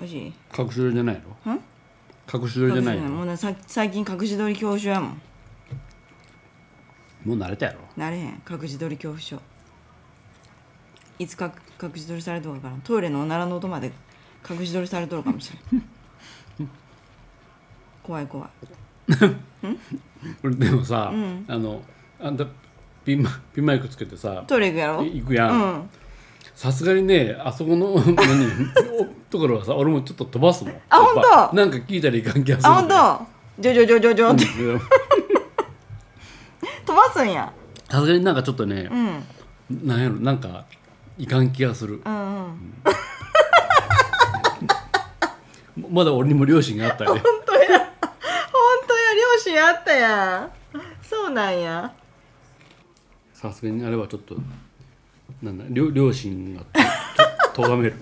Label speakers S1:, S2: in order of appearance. S1: 隠し撮りじゃないの
S2: ん
S1: 隠し撮りじゃな
S2: 隠し撮
S1: い
S2: りも
S1: の
S2: うなさ最近隠し撮り恐怖症やもん
S1: もう慣れたやろ
S2: なれへん隠し撮り恐怖症いつか隠し撮りされとるかわからんトイレのおならの音まで隠し撮りされとるかもしれん 怖い怖い
S1: 俺でもさ、あのあんたピンマピンマイクつけてさ
S2: トイレ行くやろ
S1: 行くやん
S2: うん
S1: さすがにねあそこの何おところはさ俺もちょっと飛ばすもん
S2: あほんと
S1: やっぱなんか聞いたらいかん気がする
S2: あ本当。ジョジョジョジョジョって
S1: 当
S2: 飛ばすんや
S1: さすがになんかちょっとね
S2: う、ん
S1: なんやろなんかいかん気がする
S2: うんうん
S1: まだ俺にも両親があったよね
S2: 本当や本当や両親あったやんそうなんや
S1: さすがにあれはちょっとなんだ両両親がととがめる